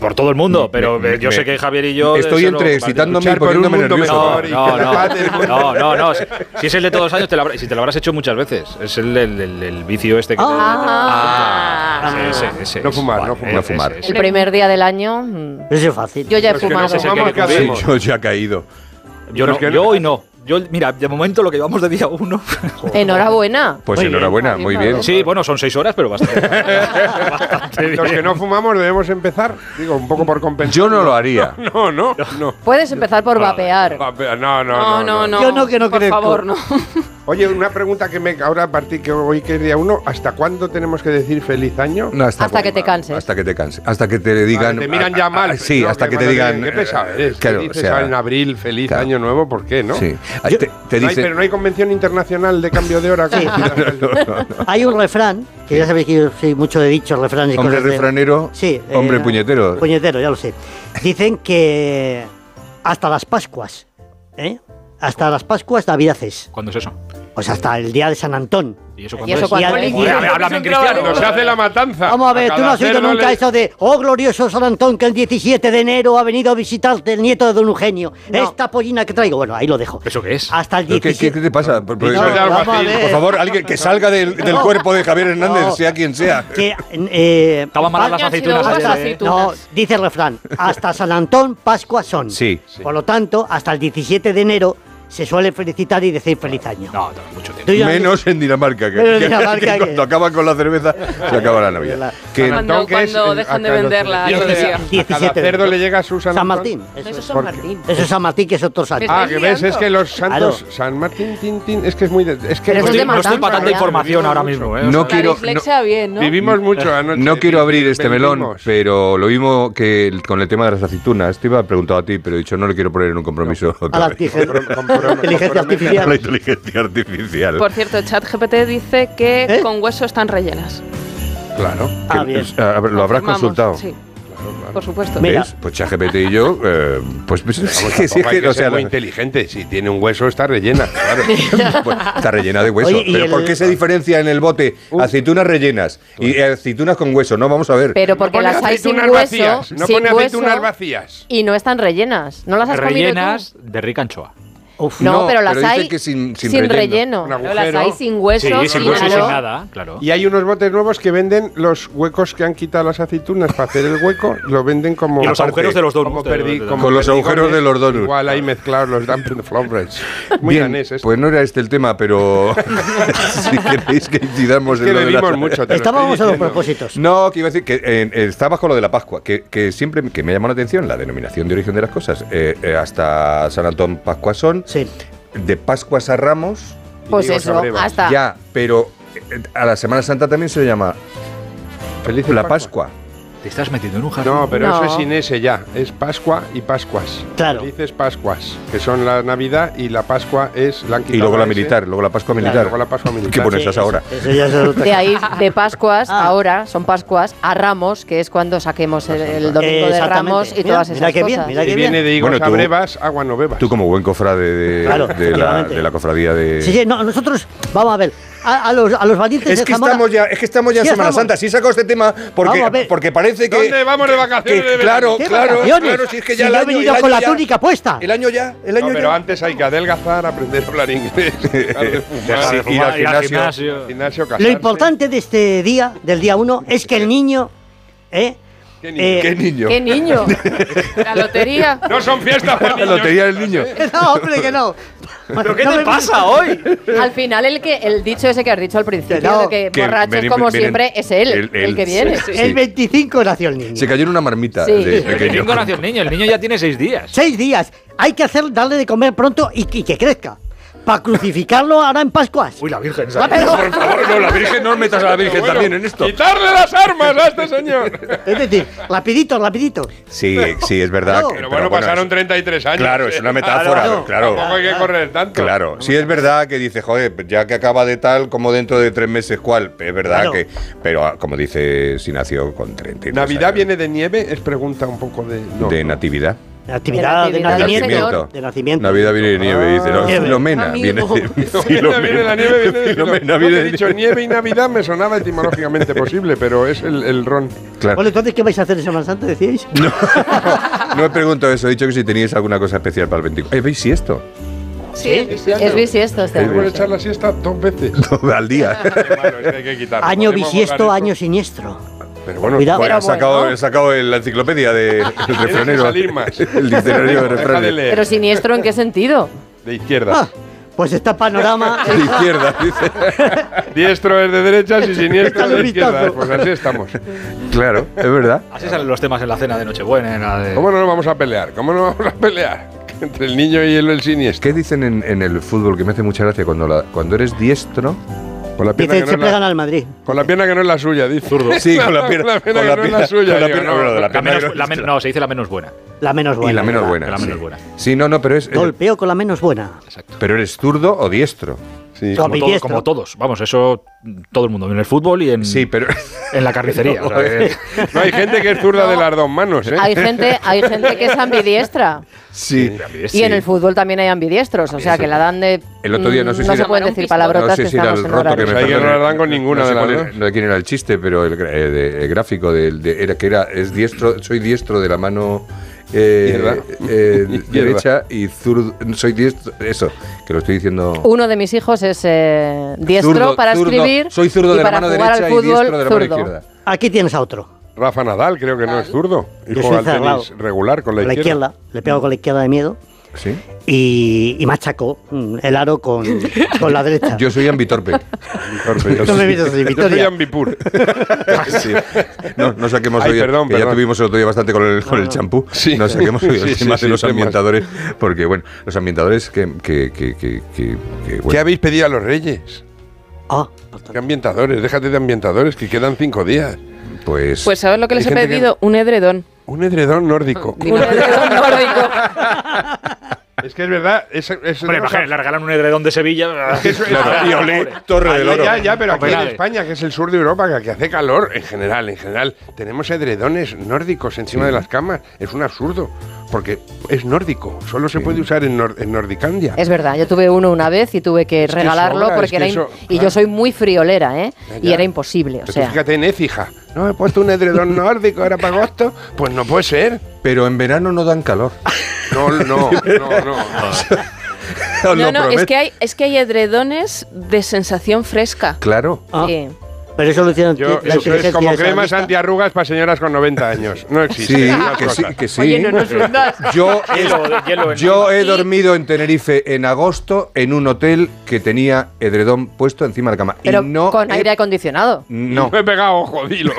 Speaker 4: por todo el mundo, pero eh,
Speaker 2: me-
Speaker 4: yo
Speaker 2: me-
Speaker 4: sé que Javier y yo.
Speaker 2: Estoy
Speaker 4: eh,
Speaker 2: entre
Speaker 4: solo-
Speaker 2: excitándome
Speaker 4: Luchar
Speaker 2: y
Speaker 4: por un
Speaker 2: poniéndome
Speaker 4: mundo
Speaker 2: nervioso.
Speaker 4: mejor. No,
Speaker 2: Que
Speaker 4: no,
Speaker 2: paz del mundo.
Speaker 4: no, no, no, Si, si es el de todos los años, te lo habrá- si te lo habrás hecho muchas veces. Es el, el- el- el vicio este que. te-
Speaker 8: Ah.
Speaker 9: Ah.
Speaker 4: Ah, ese, ese, ese,
Speaker 3: No fumar, no
Speaker 4: eh,
Speaker 3: fumar.
Speaker 2: No fumar.
Speaker 5: El primer día del año. mm,
Speaker 6: Eso es fácil.
Speaker 5: Yo ya he
Speaker 3: Pero es que
Speaker 5: fumado.
Speaker 3: no se Vamos,
Speaker 2: *laughs*
Speaker 3: ¿qué
Speaker 2: Sí,
Speaker 3: hacemos?
Speaker 2: yo ya he caído.
Speaker 4: Yo,
Speaker 2: Pero
Speaker 4: no,
Speaker 2: es que-
Speaker 4: yo hoy no. Yo, mira, de momento lo que llevamos de día uno.
Speaker 5: Enhorabuena.
Speaker 2: Pues enhorabuena, muy bien.
Speaker 4: Sí, bueno, son seis horas, pero bastante. bastante
Speaker 3: Los que
Speaker 4: bien.
Speaker 3: no fumamos debemos empezar, digo, un poco por compensar.
Speaker 2: Yo no lo haría.
Speaker 3: *laughs* No, no, no.
Speaker 5: Puedes empezar por vapear.
Speaker 3: Papea- *laughs* No,
Speaker 7: No,
Speaker 3: no,
Speaker 7: no, no.
Speaker 6: Yo no, que no
Speaker 7: Por
Speaker 6: crezco.
Speaker 7: favor, no.
Speaker 3: Oye, una pregunta que me ahora a partir que hoy que es día uno, ¿hasta cuándo tenemos que decir feliz año?
Speaker 2: No,
Speaker 5: Hasta que te canses.
Speaker 2: Hasta que te canses. Hasta que te digan.
Speaker 3: te miran
Speaker 2: ah,
Speaker 3: ya
Speaker 2: ah,
Speaker 3: mal.
Speaker 2: Sí,
Speaker 3: ¿no?
Speaker 2: hasta que te
Speaker 3: cuando
Speaker 2: digan.
Speaker 3: Qué pesado
Speaker 2: eh,
Speaker 3: eres. que
Speaker 2: Claro, o
Speaker 3: dices
Speaker 2: sea,
Speaker 3: ah, en abril, feliz
Speaker 2: claro.
Speaker 3: año nuevo, ¿por qué, no?
Speaker 2: Sí. Ahí te, te
Speaker 3: No hay-
Speaker 2: dice-
Speaker 3: pero no hay convención internacional de cambio de hora. ¿cómo?
Speaker 2: *laughs*
Speaker 6: Hay un refrán, que ya sabéis que yo soy mucho de dichos, refranes y
Speaker 2: hombre
Speaker 6: cosas de-
Speaker 2: refranero,
Speaker 6: Sí,
Speaker 2: hombre
Speaker 6: eh,
Speaker 2: puñetero.
Speaker 6: Puñetero, ya lo sé. Dicen que hasta las Pascuas, ¿eh? Hasta las Pascuas Navidad es.
Speaker 4: ¿Cuándo es eso?
Speaker 6: O sea, hasta el día de San Antón.
Speaker 4: ¿Y eso
Speaker 6: ¿Y eso cuándo es?
Speaker 3: Joder, háblame
Speaker 6: Eso
Speaker 3: en
Speaker 6: entraba
Speaker 3: cristiano,
Speaker 6: en el-
Speaker 3: se hace la matanza.
Speaker 6: Vamos a ver, tú no
Speaker 3: cada
Speaker 6: has oído
Speaker 3: cerdo
Speaker 6: nunca
Speaker 3: le-
Speaker 6: eso de, oh glorioso San Antón, que el 17 de enero ha venido a visitarte el nieto de don Eugenio. Esta pollina que traigo, bueno, ahí lo dejo.
Speaker 4: ¿Eso qué es?
Speaker 6: Hasta el
Speaker 2: ¿Pero ¿Qué,
Speaker 6: 17.
Speaker 2: qué, qué te pasa? Por, por-
Speaker 6: No,
Speaker 2: por-
Speaker 6: vamos a ver.
Speaker 2: por favor, alguien que salga del, del
Speaker 6: No.
Speaker 2: cuerpo de Javier Hernández,
Speaker 6: No.
Speaker 2: sea quien sea.
Speaker 6: Que, eh,
Speaker 2: Estaban malas las aceitunas
Speaker 6: hasta-
Speaker 2: esas, ¿eh?
Speaker 6: No, dice el refrán, hasta San Antón, Pascua son.
Speaker 2: Sí, sí.
Speaker 6: Por lo tanto, hasta el 17 de enero se suele felicitar y decir feliz año.
Speaker 4: No, mucho tiempo.
Speaker 2: Menos en Dinamarca, que,
Speaker 6: Menos en
Speaker 2: que-
Speaker 6: Dinamarca,
Speaker 2: que
Speaker 6: que-
Speaker 2: cuando acaban con la cerveza se acaba la Navidad. Que-
Speaker 7: Cuando-
Speaker 2: Antón, que es
Speaker 7: cuando
Speaker 2: el-
Speaker 7: dejan de
Speaker 2: a cada-
Speaker 7: venderla al otro día.
Speaker 3: A cada cerdo le llega su San
Speaker 6: San
Speaker 3: Antón.
Speaker 6: Martín. Eso,
Speaker 9: Eso es
Speaker 6: es.
Speaker 9: San
Speaker 3: ¿Por qué?
Speaker 9: Martín.
Speaker 6: Eso es San Martín, que es otro
Speaker 9: Me
Speaker 6: santo.
Speaker 3: Ah,
Speaker 9: estás
Speaker 3: que ves,
Speaker 9: liando.
Speaker 3: es que los
Speaker 6: Claro.
Speaker 3: santos. San Martín, tin, tin, es que es muy. de- es que
Speaker 9: Pero eso es de
Speaker 4: No estoy
Speaker 9: matanza,
Speaker 4: para tanta
Speaker 9: ya.
Speaker 4: información ahora mismo, ¿eh?
Speaker 2: No
Speaker 4: O sea,
Speaker 2: quiero-
Speaker 7: Dislexia bien, ¿no?
Speaker 3: Vivimos mucho anoche.
Speaker 2: No quiero abrir este melón,
Speaker 3: Vendimos.
Speaker 2: pero lo mismo que el- con el tema de las aceitunas. Te iba a preguntar a ti, pero he dicho, no le quiero poner en un compromiso.
Speaker 6: A
Speaker 2: otra
Speaker 6: la
Speaker 2: vez.
Speaker 6: *laughs* artigen- inteligencia
Speaker 2: A la
Speaker 6: artificial.
Speaker 2: inteligencia artificial.
Speaker 7: Por cierto, ChatGPT dice que con hueso están rellenas.
Speaker 2: Claro.
Speaker 6: Ah,
Speaker 2: que-
Speaker 6: bien.
Speaker 2: a ver, lo habrás
Speaker 7: Confirmamos,
Speaker 2: consultado.
Speaker 7: Sí. Por supuesto.
Speaker 6: Mira.
Speaker 2: ¿Ves? Pues ChatGPT y yo, eh, pues,
Speaker 6: *laughs*
Speaker 2: pues,
Speaker 3: Vamos,
Speaker 2: sí, sí,
Speaker 3: tampoco hay
Speaker 2: que,
Speaker 3: que
Speaker 2: o
Speaker 3: ser
Speaker 2: sea,
Speaker 3: muy
Speaker 2: la-
Speaker 3: inteligente. Si tiene un hueso, está rellena. *laughs* Claro.
Speaker 6: *laughs*
Speaker 2: Pues, está rellena de hueso.
Speaker 6: Oye, y
Speaker 2: ¿Pero
Speaker 6: el-
Speaker 2: por qué se diferencia en el bote aceitunas rellenas y eh, aceitunas con hueso? No, vamos a ver.
Speaker 8: Pero porque
Speaker 3: pone
Speaker 8: las hay sin
Speaker 3: aceitunas
Speaker 8: hueso,
Speaker 3: vacías, no
Speaker 8: sin
Speaker 3: pone
Speaker 8: hueso
Speaker 3: aceitunas vacías.
Speaker 8: y no están rellenas. ¿No las has
Speaker 4: rellenas de rica anchoa.
Speaker 8: comido tú? No, pero las
Speaker 2: dice
Speaker 8: hay
Speaker 2: que sin, sin
Speaker 8: relleno.
Speaker 3: Un
Speaker 8: No, las
Speaker 3: agujero.
Speaker 8: hay sin hueso,
Speaker 4: Sí, sin hueso y sin nada, claro.
Speaker 3: Y hay unos botes nuevos que venden los huecos que han quitado las aceitunas para hacer el hueco, lo venden como.
Speaker 4: Y los agujeros de los donuts,
Speaker 3: Como
Speaker 4: de-
Speaker 3: perdi-
Speaker 4: de-
Speaker 3: como
Speaker 2: Con los
Speaker 3: perdigones,
Speaker 2: agujeros de los donuts.
Speaker 3: Igual ahí mezclados los dumpling flowers. Muy
Speaker 2: Bien,
Speaker 3: danés esto.
Speaker 2: pues no era este el tema,
Speaker 3: *laughs*
Speaker 2: pero *laughs* si queréis que incidamos
Speaker 3: Es que
Speaker 2: en lo de
Speaker 3: bebimos
Speaker 2: las-
Speaker 3: mucho, te lo
Speaker 6: Estábamos a
Speaker 3: estoy
Speaker 6: los
Speaker 3: diciendo.
Speaker 6: propósitos.
Speaker 2: No, que iba a decir que eh, estabas con lo de la Pascua, que, que siempre que me llamó la atención la denominación de origen de las cosas. Eh, eh, hasta San Antón Pascuasón,
Speaker 6: Sí.
Speaker 2: de Pascuas a Ramos,
Speaker 8: Pues
Speaker 3: Digo,
Speaker 8: eso,
Speaker 3: cabreva.
Speaker 8: hasta.
Speaker 2: ya, pero eh, a la Semana Santa también se le llama
Speaker 3: Feliz
Speaker 2: la Pascua.
Speaker 4: Te estás metiendo en un jardín.
Speaker 3: No, pero
Speaker 8: No.
Speaker 3: eso es sin ese ya. Es Pascua y Pascuas.
Speaker 6: Claro.
Speaker 3: Dices Pascuas, que son la Navidad y la Pascua es la han
Speaker 2: Y luego
Speaker 3: quitado
Speaker 2: la
Speaker 3: ese.
Speaker 2: militar, luego la Pascua
Speaker 3: Claro,
Speaker 2: militar.
Speaker 3: luego la Pascua
Speaker 2: ¿Qué
Speaker 3: militar.
Speaker 2: pones
Speaker 6: Sí,
Speaker 2: esas ahora?
Speaker 6: Eso ya es
Speaker 2: *laughs*
Speaker 6: otra
Speaker 8: De ahí, de
Speaker 6: *laughs*
Speaker 8: Pascuas,
Speaker 6: Ah.
Speaker 8: ahora son Pascuas, a Ramos, que es cuando saquemos
Speaker 2: Pues
Speaker 8: el, el domingo de
Speaker 6: Exactamente.
Speaker 8: Ramos y
Speaker 6: Mira,
Speaker 8: todas
Speaker 6: mira
Speaker 8: esas
Speaker 6: qué bien,
Speaker 8: cosas.
Speaker 6: mira
Speaker 3: Y
Speaker 6: qué bien.
Speaker 3: viene de higos
Speaker 2: Bueno,
Speaker 3: a
Speaker 2: tú-
Speaker 3: brevas, agua no bebas.
Speaker 2: Tú como buen cofrade de,
Speaker 6: Claro,
Speaker 2: de, la,
Speaker 6: efectivamente.
Speaker 2: de la cofradía de...
Speaker 6: Sí, sí, no, nosotros, vamos a ver, a, a los, a los valientes
Speaker 2: Es
Speaker 6: de
Speaker 2: que,
Speaker 6: Zamora-
Speaker 2: estamos ya, es que estamos ya en
Speaker 6: Sí,
Speaker 2: Semana
Speaker 6: estamos.
Speaker 2: Santa. Sí, he sacado este tema porque,
Speaker 6: Vamos a ver.
Speaker 2: porque parece que.
Speaker 3: ¿Dónde vamos de
Speaker 2: que-
Speaker 3: vacaciones
Speaker 2: que-
Speaker 3: de verano?
Speaker 2: claro,
Speaker 6: ¿Qué
Speaker 2: claro,
Speaker 6: vacaciones?
Speaker 2: claro. Si es que
Speaker 6: Si
Speaker 2: ya el
Speaker 6: yo he
Speaker 2: año-
Speaker 6: venido
Speaker 2: el año
Speaker 6: con la
Speaker 2: ya-
Speaker 6: túnica puesta.
Speaker 2: El año ya, el
Speaker 3: No,
Speaker 2: año
Speaker 3: pero
Speaker 2: ya.
Speaker 3: antes hay que adelgazar, aprender a hablar inglés, *laughs* dejar de fumar,
Speaker 2: Sí, ir al gimnasio.
Speaker 3: gimnasio,
Speaker 6: Lo
Speaker 3: casarse.
Speaker 6: importante de este día, del día 1, es que el niño, ¿eh?
Speaker 3: ¿Qué niño?
Speaker 6: Eh, *laughs*
Speaker 2: Qué niño. *laughs*
Speaker 8: ¡Qué niño!
Speaker 7: La lotería.
Speaker 3: No son fiestas para
Speaker 2: La
Speaker 3: niños.
Speaker 2: lotería del niño.
Speaker 6: No, hombre, que no.
Speaker 4: ¿Pero qué
Speaker 6: No
Speaker 4: te
Speaker 6: me-
Speaker 4: pasa hoy?
Speaker 8: Al final, el, que, el dicho ese que has dicho al principio,
Speaker 6: Que no.
Speaker 8: de que,
Speaker 2: Que
Speaker 8: borracho
Speaker 2: ven-
Speaker 8: es como
Speaker 2: ven-
Speaker 8: siempre, es él,
Speaker 2: el-
Speaker 8: el,
Speaker 2: el-
Speaker 8: que viene.
Speaker 2: sí.
Speaker 6: El 25 nació el niño.
Speaker 2: Se cayó en una marmita
Speaker 8: Sí.
Speaker 2: de
Speaker 4: Pero El
Speaker 2: pequeño.
Speaker 4: domingo nació el niño, el niño ya tiene seis días.
Speaker 6: Seis días. Hay que hacer, darle de comer pronto y, que- y que crezca. Para crucificarlo ahora en Pascuas.
Speaker 4: Uy, la Virgen.
Speaker 6: Ah, pero-
Speaker 2: Por favor, no, la Virgen, no metas a la Virgen
Speaker 3: Bueno,
Speaker 2: también en esto.
Speaker 3: ¡Quitarle las armas a este señor!
Speaker 6: Es decir, rapidito, rapidito.
Speaker 2: Sí, sí, es verdad.
Speaker 6: Claro.
Speaker 2: que-
Speaker 3: Pero bueno, pasaron 33 años.
Speaker 2: Claro, es una metáfora,
Speaker 6: Claro.
Speaker 2: claro.
Speaker 3: Tampoco hay que correr tanto.
Speaker 2: Claro, sí es verdad que dice, joder, ya que acaba de tal, como dentro de tres meses, ¿cuál? Es verdad
Speaker 6: Claro.
Speaker 2: que. Pero ah, como dice, si nació con 30.
Speaker 3: ¿Navidad viene de nieve? Es pregunta un poco de... no,
Speaker 2: de
Speaker 3: no.
Speaker 2: natividad.
Speaker 6: De actividad, de
Speaker 8: De nacimiento.
Speaker 6: nacimiento. De nacimiento.
Speaker 2: Navidad viene de nieve, dice. No,
Speaker 6: Nieve.
Speaker 2: Filomena viene
Speaker 8: Amigo.
Speaker 2: de *laughs*
Speaker 3: Filomena viene la nieve, viene de
Speaker 2: Filomena
Speaker 3: Filomena.
Speaker 2: viene
Speaker 3: No te
Speaker 2: de
Speaker 3: he dicho
Speaker 2: nieve.
Speaker 3: nieve y Navidad me
Speaker 2: *laughs*
Speaker 3: sonaba etimológicamente posible, pero es el, el ron.
Speaker 2: Claro.
Speaker 6: Bueno, entonces, ¿qué vais a hacer en Semana Santa, decíais?
Speaker 2: No, no he preguntado eso, he dicho que si teníais alguna cosa especial para el 24. Eh, ¿Veis si esto? *laughs*
Speaker 7: Sí.
Speaker 3: Este año.
Speaker 8: Es bisiesto este
Speaker 3: Tengo que
Speaker 8: año.
Speaker 3: echar la siesta dos
Speaker 2: *laughs*
Speaker 3: veces.
Speaker 2: Al día.
Speaker 3: Qué malo, este hay que quitarlo.
Speaker 6: Año
Speaker 3: Podemos
Speaker 6: bisiesto,
Speaker 3: borrar
Speaker 6: año
Speaker 3: esto.
Speaker 6: siniestro.
Speaker 2: Pero bueno,
Speaker 6: Cuidado.
Speaker 2: joder,
Speaker 6: Pero
Speaker 2: he sacado,
Speaker 6: bueno.
Speaker 2: he sacado el- la enciclopedia de, *laughs* el
Speaker 3: que
Speaker 2: refranero.
Speaker 3: salir más.
Speaker 2: *laughs* El diccionario de
Speaker 3: Deja de
Speaker 2: refranes.
Speaker 3: leer.
Speaker 8: Pero siniestro, ¿en qué sentido?
Speaker 3: De izquierda.
Speaker 6: Ah, pues está panorama. eh,
Speaker 2: De
Speaker 3: *laughs*
Speaker 2: izquierda, dice.
Speaker 3: Diestro es de derechas y siniestro es
Speaker 6: Échale
Speaker 3: de
Speaker 6: un
Speaker 3: izquierdas.
Speaker 6: vistazo.
Speaker 3: Pues así estamos.
Speaker 2: Claro, es verdad.
Speaker 4: Así salen los temas en la cena de Nochebuena. en la de-
Speaker 3: ¿Cómo no nos vamos a pelear? ¿Cómo no vamos a pelear? *laughs* Entre el niño y el, el siniestro.
Speaker 2: ¿Qué dicen en, en el fútbol que me hace mucha gracia cuando, la- cuando eres diestro?
Speaker 3: Con la pierna,
Speaker 6: Dicen,
Speaker 3: que
Speaker 6: se
Speaker 3: no, es
Speaker 6: pegan
Speaker 3: la,
Speaker 6: al Madrid.
Speaker 3: con la pierna que no es la suya, dice. *laughs* Zurdo.
Speaker 2: Sí, con la pierna-
Speaker 3: con la
Speaker 2: con la
Speaker 3: pierna que no es la
Speaker 2: pierna-
Speaker 3: suya.
Speaker 2: con la
Speaker 3: digo,
Speaker 2: pierna- bueno, de la
Speaker 4: La menos-
Speaker 2: Primero
Speaker 4: la men- no, se dice la menos buena.
Speaker 6: La menos buena.
Speaker 2: y la menos
Speaker 6: ¿verdad?
Speaker 2: buena.
Speaker 4: La menos
Speaker 2: sí.
Speaker 3: eh.
Speaker 4: buena.
Speaker 2: Sí, no, no, eh, pero es.
Speaker 6: Golpeo con la menos buena.
Speaker 2: Pero eres zurdo o diestro. Sí.
Speaker 4: como, todo- como todos. Vamos, eso todo el mundo. En el fútbol y en,
Speaker 6: Mm.
Speaker 4: en
Speaker 2: *laughs*
Speaker 4: la carnicería. o sea, que-
Speaker 3: *laughs* No, hay gente que es zurda de las dos manos, ¿eh?
Speaker 8: Hay gente, hay gente que es ambidiestra.
Speaker 2: Sí.
Speaker 8: Y en el fútbol también hay ambidiestros, o sea que la dan de.
Speaker 2: El otro día no sé
Speaker 8: mm,
Speaker 2: si
Speaker 8: se pueden decir palabrotas
Speaker 2: no sé
Speaker 8: que
Speaker 2: si era
Speaker 8: estamos
Speaker 2: el
Speaker 8: en
Speaker 2: roto que
Speaker 8: horario.
Speaker 2: me
Speaker 3: Ahí que no
Speaker 2: perdone.
Speaker 3: la dan con ninguna
Speaker 2: no sé
Speaker 3: de las
Speaker 2: cuál era-
Speaker 3: dos.
Speaker 2: No sé quién era el chiste, pero el, gra- eh, de- el gráfico del- de- era que era es diestro, soy diestro de la mano
Speaker 3: Izquierda.
Speaker 2: eh, eh,
Speaker 3: *laughs* Izquierda.
Speaker 2: derecha y zurdo, soy diestro, eso, que lo estoy diciendo.
Speaker 8: Uno de mis hijos es eh, diestro
Speaker 2: Zurdo,
Speaker 8: para
Speaker 2: zurdo.
Speaker 8: escribir.
Speaker 2: Soy zurdo
Speaker 8: y
Speaker 2: de la
Speaker 8: para
Speaker 2: mano
Speaker 8: jugar
Speaker 2: derecha
Speaker 8: al
Speaker 2: y
Speaker 8: fútbol,
Speaker 2: diestro de la mano
Speaker 8: zurdo.
Speaker 2: izquierda.
Speaker 6: Aquí tienes a otro.
Speaker 3: Rafa Nadal creo que no es zurdo. Y
Speaker 6: Yo
Speaker 3: juega
Speaker 6: soy
Speaker 3: al tenis
Speaker 6: cerrado.
Speaker 3: regular con la
Speaker 6: Con la
Speaker 3: izquierda.
Speaker 6: izquierda. Le pego con la izquierda de miedo.
Speaker 2: Sí.
Speaker 6: Y, y machacó mm, el
Speaker 8: *laughs*
Speaker 6: aro con, con la derecha.
Speaker 2: Yo soy ambitorpe.
Speaker 3: *laughs*
Speaker 2: ambitorpe
Speaker 6: Yo soy- yo soy
Speaker 2: Yo soy
Speaker 3: ambipur.
Speaker 2: *laughs* Sí. No, no saquemos
Speaker 3: Ay,
Speaker 2: hoy,
Speaker 3: perdón,
Speaker 2: que ya
Speaker 3: perdón.
Speaker 2: tuvimos el otro día bastante con el, con el champú. No saquemos *laughs* hoy el
Speaker 3: Sí, sí,
Speaker 2: tema
Speaker 3: sí,
Speaker 2: de los
Speaker 3: temas.
Speaker 2: ambientadores, porque bueno, los ambientadores que... que, que, que, que- que, bueno.
Speaker 3: ¿Qué habéis pedido a los reyes?
Speaker 6: Ah.
Speaker 3: ¿Qué ambientadores? Déjate de ambientadores, que quedan cinco días.
Speaker 2: Pues...
Speaker 7: Pues ¿sabes lo que les he pedido? Un
Speaker 8: *laughs*
Speaker 7: edredón.
Speaker 3: Un edredón nórdico. *laughs*
Speaker 7: Un edredón nórdico.
Speaker 3: Es que es verdad. Es, es
Speaker 4: Hombre, imagínate, le regalan un edredón de Sevilla.
Speaker 3: *laughs*
Speaker 4: *laughs*
Speaker 3: Claro, y olé,
Speaker 2: Ah, Torre
Speaker 3: Ahí,
Speaker 2: del Oro.
Speaker 3: Ya, ya, pero aquí en
Speaker 4: Copenhague.
Speaker 3: España, que es el sur de Europa, que, que hace calor, en general, en general, tenemos edredones nórdicos encima de las camas. Es un absurdo, porque es nórdico. Solo se puede usar en, Nor- en Nordicandia.
Speaker 8: Es verdad, yo tuve uno una vez y tuve que
Speaker 3: que
Speaker 8: regalarlo
Speaker 3: sobra, es
Speaker 8: porque
Speaker 3: que
Speaker 8: era im-
Speaker 3: eso,
Speaker 8: y
Speaker 3: claro.
Speaker 8: yo soy muy friolera, ¿eh?
Speaker 3: Ya.
Speaker 8: Y era imposible, o
Speaker 3: Pero tú
Speaker 8: sea.
Speaker 3: fíjate en Écija. No, he puesto un
Speaker 7: *laughs*
Speaker 3: edredón nórdico ahora para agosto. Pues no puede ser.
Speaker 2: Pero en verano no dan calor.
Speaker 3: No, no, no, *laughs* no.
Speaker 2: Os
Speaker 7: No,
Speaker 2: lo
Speaker 7: no, es
Speaker 2: prometo.
Speaker 7: que, hay, es que hay edredones de sensación fresca.
Speaker 2: Claro.
Speaker 7: Sí.
Speaker 6: Ah. Pero eso lo hicieron
Speaker 3: Yo,
Speaker 6: la
Speaker 3: eso es
Speaker 6: inteligencia
Speaker 3: como
Speaker 6: esa
Speaker 3: cremas
Speaker 6: lista.
Speaker 3: antiarrugas para señoras con 90 años. No existe.
Speaker 2: Sí,
Speaker 3: esas
Speaker 2: que sí,
Speaker 3: cosas.
Speaker 2: que sí. Yo he, yo he dormido en Tenerife en agosto en un hotel que tenía edredón puesto encima de la cama.
Speaker 8: Pero
Speaker 2: y no,
Speaker 8: con aire acondicionado.
Speaker 2: no.
Speaker 3: he pegado, *laughs* jodilo.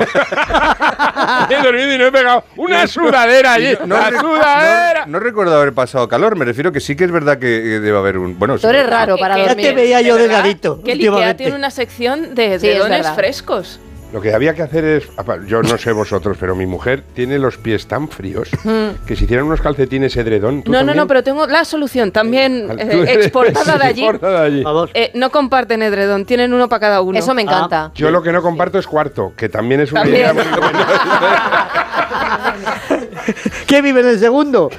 Speaker 3: he dormido y no he pegado. Una sudadera allí.
Speaker 2: No,
Speaker 3: la
Speaker 2: re-
Speaker 3: sudadera.
Speaker 2: no- no recuerdo haber pasado calor, me refiero que sí que es verdad que eh, debe haber un... Bueno,
Speaker 8: Tú eres raro para
Speaker 7: Que-
Speaker 8: dormir.
Speaker 7: que- ¿verdad? Que el IKEA
Speaker 6: últimamente.
Speaker 7: tiene una sección de
Speaker 8: Sí, es
Speaker 7: edredones
Speaker 8: verdad.
Speaker 7: frescos.
Speaker 3: Lo que había que hacer es, apa, yo no sé vosotros, pero mi mujer tiene los pies tan fríos
Speaker 7: Mm.
Speaker 3: que si hicieran unos calcetines edredón. ¿tú
Speaker 7: No, no,
Speaker 3: también?
Speaker 7: no, pero tengo la solución también
Speaker 3: Al-
Speaker 7: eh,
Speaker 3: *laughs*
Speaker 7: exportada de allí.
Speaker 3: Exportada de allí.
Speaker 7: Eh, no comparten edredón, tienen uno para cada uno.
Speaker 8: Eso
Speaker 2: Ah.
Speaker 8: me encanta.
Speaker 3: Yo lo que no comparto es cuarto, que también es una
Speaker 7: También.
Speaker 3: idea muy buena.
Speaker 2: *laughs*
Speaker 6: ¿Qué vive en
Speaker 3: *laughs*
Speaker 6: el segundo?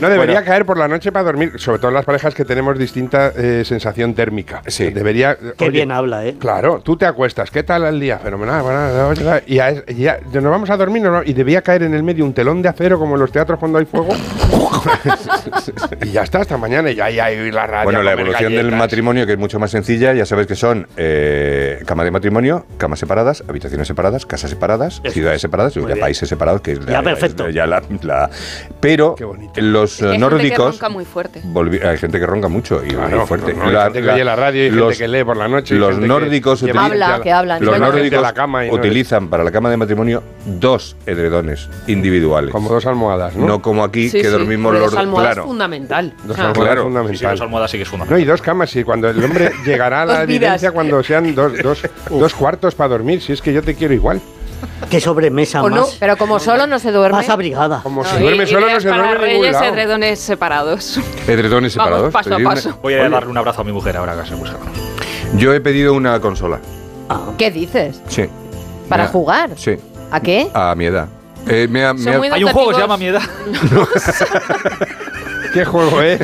Speaker 3: No, debería caer por la noche para dormir, sobre todo en las parejas que tenemos distinta eh, sensación térmica. Sí. Debería.
Speaker 6: Qué bien habla, ¿eh?
Speaker 3: Claro, tú te acuestas, ¿qué tal el día? Fenomenal, bueno, bueno, y ya, ya- ya nos vamos a dormir nos va- y debía caer en el medio un telón de acero como en los teatros cuando hay fuego. *laughs* y ya está, hasta mañana y ya ya hay la radio.
Speaker 2: Bueno, la
Speaker 3: comer
Speaker 2: evolución del
Speaker 3: galletas.
Speaker 2: matrimonio, que es mucho más sencilla, ya sabes que son eh, cama de matrimonio, camas separadas, habitaciones separadas, casas separadas, ciudades separadas, ya países separados, que es la-
Speaker 6: Ya, perfecto.
Speaker 2: es la- ya la- la- pero los eh,
Speaker 7: Hay gente que
Speaker 2: nórdicos...
Speaker 7: ronca muy fuerte.
Speaker 2: volvi- hay gente que ronca mucho y
Speaker 3: Claro,
Speaker 2: muy fuerte.
Speaker 3: no, no, hay gente que oye la radio, hay gente que lee por la noche, hay
Speaker 2: Los
Speaker 3: gente que-
Speaker 2: nórdicos
Speaker 3: que
Speaker 2: utilizan-
Speaker 8: habla, que habla, en
Speaker 2: los
Speaker 8: sueño.
Speaker 2: nórdicos
Speaker 3: Gente a la cama y no-
Speaker 2: utilizan para la cama de matrimonio dos edredones individuales.
Speaker 3: Como dos almohadas,
Speaker 2: ¿no? como aquí
Speaker 9: Sí,
Speaker 2: que
Speaker 9: sí,
Speaker 2: dormimos
Speaker 9: pero
Speaker 2: los
Speaker 9: Las almohadas
Speaker 2: Claro.
Speaker 9: fundamental.
Speaker 3: Dos
Speaker 9: Ah.
Speaker 3: almohadas
Speaker 2: Claro.
Speaker 3: fundamental.
Speaker 4: Sí, sí, dos almohadas sí que es fundamental.
Speaker 3: No, y dos camas, y cuando el hombre llegará a la
Speaker 9: Dos vidas.
Speaker 3: evidencia cuando sean dos, dos, dos cuartos para dormir, si es que yo te quiero igual.
Speaker 6: Qué sobremesa
Speaker 8: O no,
Speaker 6: más.
Speaker 8: pero como solo no se duerme.
Speaker 6: Más abrigada.
Speaker 3: Como
Speaker 7: No,
Speaker 3: se
Speaker 7: y-
Speaker 3: duerme solo, no
Speaker 7: ideas
Speaker 3: se
Speaker 7: para
Speaker 3: duerme en ningún
Speaker 7: reyes,
Speaker 3: lado. *laughs*
Speaker 7: edredones separados.
Speaker 2: Edredones separados.
Speaker 7: Vamos, paso a
Speaker 2: pedirme-
Speaker 7: paso.
Speaker 4: Voy a
Speaker 2: Oye,
Speaker 4: darle un abrazo a mi mujer ahora que se busca.
Speaker 2: Yo he pedido una consola.
Speaker 8: ¿Qué dices?
Speaker 2: Sí.
Speaker 8: ¿Para
Speaker 2: Me ha-
Speaker 8: jugar?
Speaker 2: Sí.
Speaker 8: ¿A qué?
Speaker 2: A mi edad. Eh, me ha-
Speaker 8: Son
Speaker 2: me ha-
Speaker 8: muy
Speaker 4: Hay un juego que se llama
Speaker 8: educativos.
Speaker 4: Mi Edad. *laughs*
Speaker 3: ¿Qué juego es?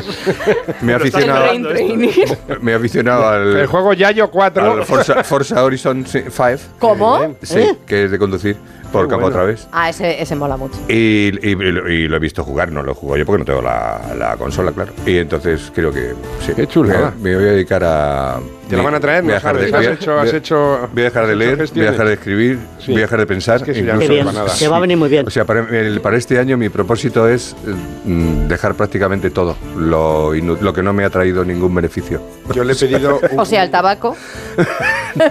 Speaker 2: me he aficionado,
Speaker 7: El brain training.
Speaker 2: *laughs* me he aficionado
Speaker 3: El
Speaker 2: al,
Speaker 3: juego Yayo 4.
Speaker 2: al Forza, Forza Horizon 5.
Speaker 8: ¿Cómo?
Speaker 2: Sí,
Speaker 8: ¿Eh?
Speaker 2: que es de conducir por cama otra vez.
Speaker 8: Ah, ese, ese mola mucho.
Speaker 2: Y, y- y lo he visto jugar, no lo juego yo porque no tengo la, la consola, claro. Y entonces creo que sí.
Speaker 3: Qué chulada.
Speaker 2: Me, me voy a dedicar a.
Speaker 3: Te lo van a traer,
Speaker 2: voy
Speaker 3: ¿no?
Speaker 2: dejar de-
Speaker 3: sabes?
Speaker 2: voy a-
Speaker 3: Has hecho,
Speaker 2: voy a-
Speaker 3: has hecho.
Speaker 2: Voy a dejar de
Speaker 3: has hecho
Speaker 2: leer, voy a
Speaker 3: gestiones.
Speaker 2: dejar de escribir,
Speaker 3: Sí.
Speaker 2: voy a dejar de pensar.
Speaker 3: Es que eso ya no
Speaker 2: incluso-
Speaker 3: sirve para nada.
Speaker 2: Sí.
Speaker 6: Te va a venir muy bien.
Speaker 2: O sea, para, el- para este año mi propósito es eh, mm, dejar prácticamente todo, lo, inu- lo que no me ha traído ningún beneficio.
Speaker 3: Yo le
Speaker 2: *laughs*
Speaker 3: he pedido. un-
Speaker 8: O sea, el tabaco.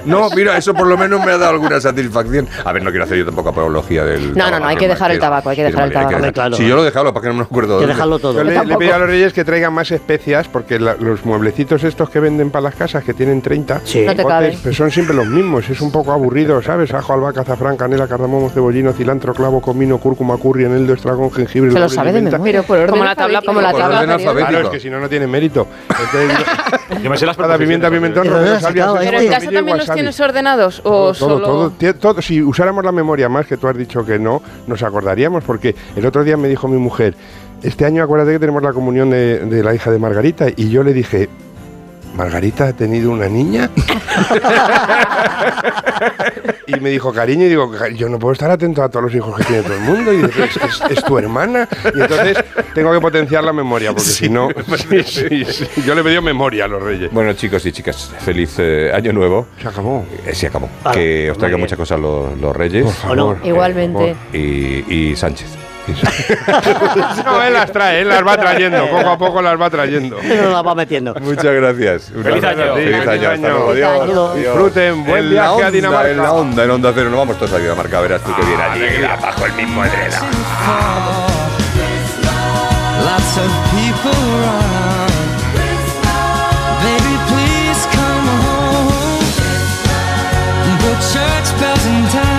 Speaker 2: No, mira, eso por lo menos me ha dado alguna satisfacción. A ver, no quiero hacer yo tampoco poca apología del.
Speaker 8: No, no, no, hay que dejar el tabaco, hay que dejar el tabaco.
Speaker 2: Si yo lo he dejado, ¿para que no me acuerdo? dónde?
Speaker 3: Yo le, le he pedido a los reyes que traigan más especias porque la- los mueblecitos estos que venden para las casas, que tienen 30,
Speaker 8: No te
Speaker 6: *laughs*
Speaker 3: botes,
Speaker 8: caben.
Speaker 3: pues son siempre los mismos. Es un poco aburrido, ¿sabes? Ajo, albahaca, azafrán, canela, cardamomo, cebollino, cilantro, clavo, comino, cúrcuma, curry, eneldo, estragón, jengibre.
Speaker 8: Se lo
Speaker 3: laurel y
Speaker 8: sabe de
Speaker 3: menta.
Speaker 8: memoria. Pero por orden Como la tabla- alfabético. como la
Speaker 3: Por
Speaker 8: tabla
Speaker 3: orden
Speaker 8: periódica.
Speaker 3: alfabético. Claro, es que si no, no tiene mérito. *laughs* Yo me sé las pimienta, pimentón, romero, salvia, sésamo,
Speaker 7: Pero en casa
Speaker 3: tomillo y
Speaker 7: también los
Speaker 3: wasabi.
Speaker 7: tienes ordenados o
Speaker 3: Todo,
Speaker 7: solo.
Speaker 3: todo, tie- todo. Si usáramos la memoria más que tú has dicho que no, nos acordaríamos, porque el otro día me dijo mi mujer, este año acuérdate que tenemos la comunión de, de la hija de Margarita, y yo le dije, ¿Margarita ha tenido una niña? *laughs* y me dijo, cariño, y digo, "Ca- yo no puedo estar atento a todos los hijos que tiene todo el mundo, y dice, es, es- es tu hermana, y entonces tengo que potenciar la memoria, porque si no, *laughs* sí, sí, sí. *laughs* yo le pedí memoria a los reyes.
Speaker 2: Bueno, chicos y chicas, feliz eh, año nuevo.
Speaker 3: Se acabó.
Speaker 2: se acabó.
Speaker 3: Ah,
Speaker 2: que os
Speaker 3: muy
Speaker 2: traigan
Speaker 3: bien.
Speaker 2: muchas cosas los, los reyes.
Speaker 3: Por favor.
Speaker 2: Eh,
Speaker 8: Igualmente.
Speaker 2: Y, y Sánchez.
Speaker 3: *laughs* No, él las trae, él las va trayendo, poco a poco las va trayendo.
Speaker 6: Nos la va metiendo.
Speaker 2: Muchas gracias. Un
Speaker 3: Feliz
Speaker 2: abrazo.
Speaker 3: año.
Speaker 2: Feliz
Speaker 3: Feliz
Speaker 2: año. Hasta
Speaker 3: año.
Speaker 2: luego. Adiós.
Speaker 3: Feliz año.
Speaker 2: Adiós.
Speaker 3: Disfruten. Buen
Speaker 2: En
Speaker 3: viaje a
Speaker 2: la onda,
Speaker 3: Dinamarca.
Speaker 2: En la onda, en onda cero. Nos vamos todos a Dinamarca. Verás tú que bien allí. Bajo el mismo edredón.
Speaker 16: Lots of people around. Baby, please come home. The church bells in town.